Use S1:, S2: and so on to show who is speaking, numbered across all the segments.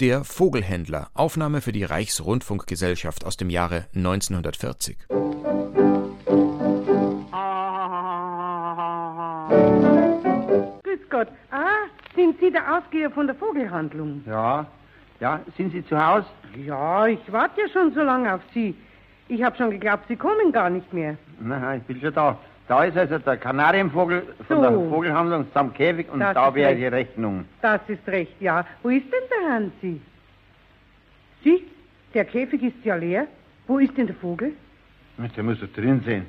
S1: Der Vogelhändler, Aufnahme für die Reichsrundfunkgesellschaft aus dem Jahre 1940.
S2: Grüß Gott. Ah, sind Sie der Ausgeher von der Vogelhandlung?
S3: Ja, ja, sind Sie zu Hause?
S2: Ja, ich warte ja schon so lange auf Sie. Ich habe schon geglaubt, Sie kommen gar nicht mehr.
S3: Nein, ich bin schon da. Da ist also der Kanarienvogel von
S2: So.
S3: der Vogelhandlung samt Käfig und
S2: Das
S3: da
S2: ist
S3: wäre
S2: recht.
S3: die Rechnung.
S2: Das ist recht, ja. Wo ist denn der Hansi? Sie, der Käfig ist ja leer. Wo ist denn der Vogel?
S3: Der muss da drin sein.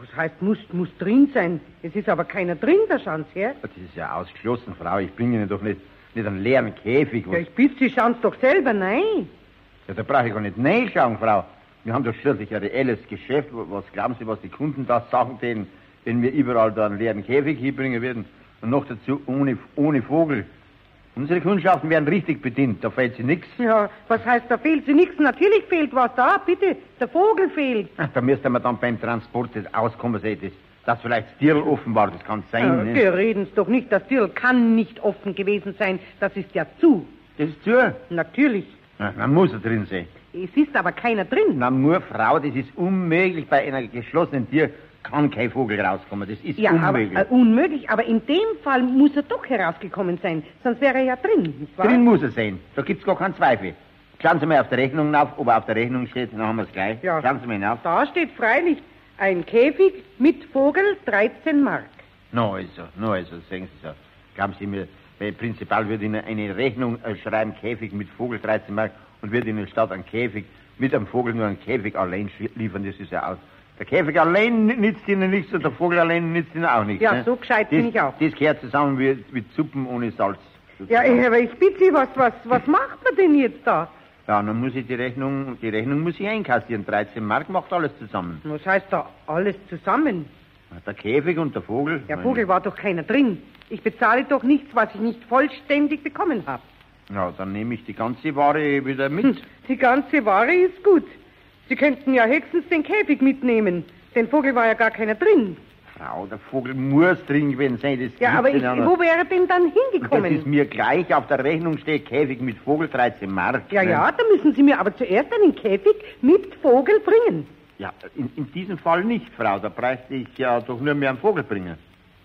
S2: Was heißt, muss, muss drin sein? Es ist aber keiner drin, da schauen Sie her.
S3: Das ist ja ausgeschlossen, Frau. Ich bringe Ihnen doch nicht, nicht einen leeren Käfig.
S2: Ja,
S3: Ja,
S2: ich bitte Sie, schauen Sie doch selber, nein.
S3: ja, da brauche ich gar nicht reinschauen, Frau. Wir haben doch schließlich ein reelles Geschäft. Was glauben Sie, was die Kunden da sagen werden, wenn wir überall da einen leeren Käfig hinbringen würden? Und noch dazu ohne, ohne Vogel. Unsere Kundschaften werden richtig bedient. Da fehlt sie nichts.
S2: Ja, was heißt, da fehlt Sie nichts? Natürlich fehlt was da, bitte. Der Vogel fehlt.
S3: Ach, da müsste man dann beim Transport des Auskommen sehen, dass, dass vielleicht das Tierl offen war, das kann sein.
S2: Ja,
S3: ne?
S2: Äh, wir reden's doch nicht. Das Tür kann nicht offen gewesen sein. Das ist ja zu.
S3: Das ist zu.
S2: Natürlich.
S3: Na, dann muss er drin sein.
S2: Es ist aber keiner drin.
S3: Na, nur Frau, das ist unmöglich. Bei einer geschlossenen Tür kann kein Vogel rauskommen. Das ist
S2: Ja,
S3: unmöglich.
S2: aber äh, unmöglich. Aber in dem Fall muss er doch herausgekommen sein. Sonst wäre er ja drin, nicht wahr?
S3: drin muss er sein. Da gibt's gar keinen Zweifel. Schauen Sie mal auf der Rechnung auf, ob er auf der Rechnung steht, dann haben wir's gleich.
S2: Ja.
S3: Schauen Sie mal auf.
S2: Da steht freilich ein Käfig mit Vogel 13 Mark.
S3: Na also, na also, sehen Sie so. Glauben Sie mir, der Prinzipal würde Ihnen eine Rechnung äh, schreiben, Käfig mit Vogel 13 Mark, und würde Ihnen statt einen Käfig mit einem Vogel nur einen Käfig allein schie- liefern, das ist ja aus. Der Käfig allein n- nützt Ihnen nichts und der Vogel allein nützt Ihnen auch nichts.
S2: Ja,
S3: ne?
S2: so gescheit
S3: das,
S2: bin ich auch.
S3: Das gehört zusammen wie, wie Suppen ohne Salz.
S2: Ja,
S3: sozusagen.
S2: ich- aber ich bitte Sie, was, was, was macht man denn jetzt da?
S3: ja, dann muss ich die Rechnung, die Rechnung muss ich einkassieren. 13 Mark macht alles zusammen.
S2: Was heißt da alles zusammen?
S3: Der Käfig und der Vogel.
S2: Der
S3: meine-
S2: Vogel war doch keiner drin. Ich bezahle doch nichts, was ich nicht vollständig bekommen habe.
S3: Ja, dann nehme ich die ganze Ware wieder mit.
S2: Hm, Die ganze Ware ist gut. Sie könnten ja höchstens den Käfig mitnehmen. Den Vogel war ja gar keiner drin.
S3: Frau, der Vogel muss drin gewesen sein. Das
S2: Ja,
S3: gibt's
S2: aber
S3: denn
S2: ich,
S3: auch noch.
S2: wo wäre er denn dann
S3: Das ist
S2: hingekommen?
S3: mir gleich. Auf der Rechnung steht Käfig mit Vogel 13 Mark.
S2: Ja,
S3: ne?
S2: ja, da müssen Sie mir aber zuerst einen Käfig mit Vogel bringen.
S3: Ja, in, in diesem Fall nicht, Frau. Da bräuchte ich ja doch nur mehr einen Vogel bringen.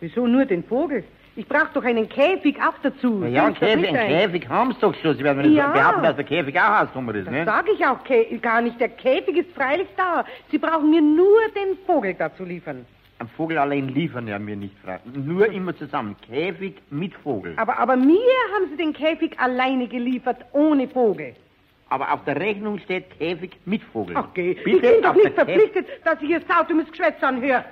S2: Wieso nur den Vogel? Ich brauche doch einen Käfig auch dazu.
S3: Ja,
S2: Sehe
S3: ja
S2: ich
S3: einen
S2: das
S3: Käfig,
S2: nicht
S3: einen
S2: ein?
S3: Käfig haben sie doch schon. Sie werden mir nicht
S2: Ja.
S3: behaupten, dass der Käfig auch ausgekommen ist,
S2: Das
S3: ne?
S2: sage ich auch Kä gar nicht. Der Käfig ist freilich da. Sie brauchen mir nur den Vogel dazu liefern.
S3: Ein Vogel allein liefern ja mir nicht, Frau. Nur immer zusammen. Käfig mit Vogel.
S2: Aber, aber mir haben Sie den Käfig alleine geliefert, ohne Vogel.
S3: Aber auf der Rechnung steht Käfig mit Vogel.
S2: Ach, geh.
S3: Bitte,
S2: ich bin doch
S3: auf
S2: nicht
S3: der Käfig-
S2: verpflichtet, dass ich Ihr sautumes Geschwätz anhöre.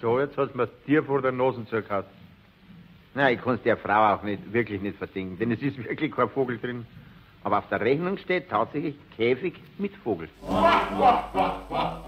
S4: So, jetzt hast du mir das Tier vor der Nase zerkaut.
S3: Nein, ich kann es der Frau auch nicht, wirklich nicht verdenken, denn es ist wirklich kein Vogel drin. Aber auf der Rechnung steht tatsächlich Käfig mit Vogel.
S5: Wah, wah, wah, wah.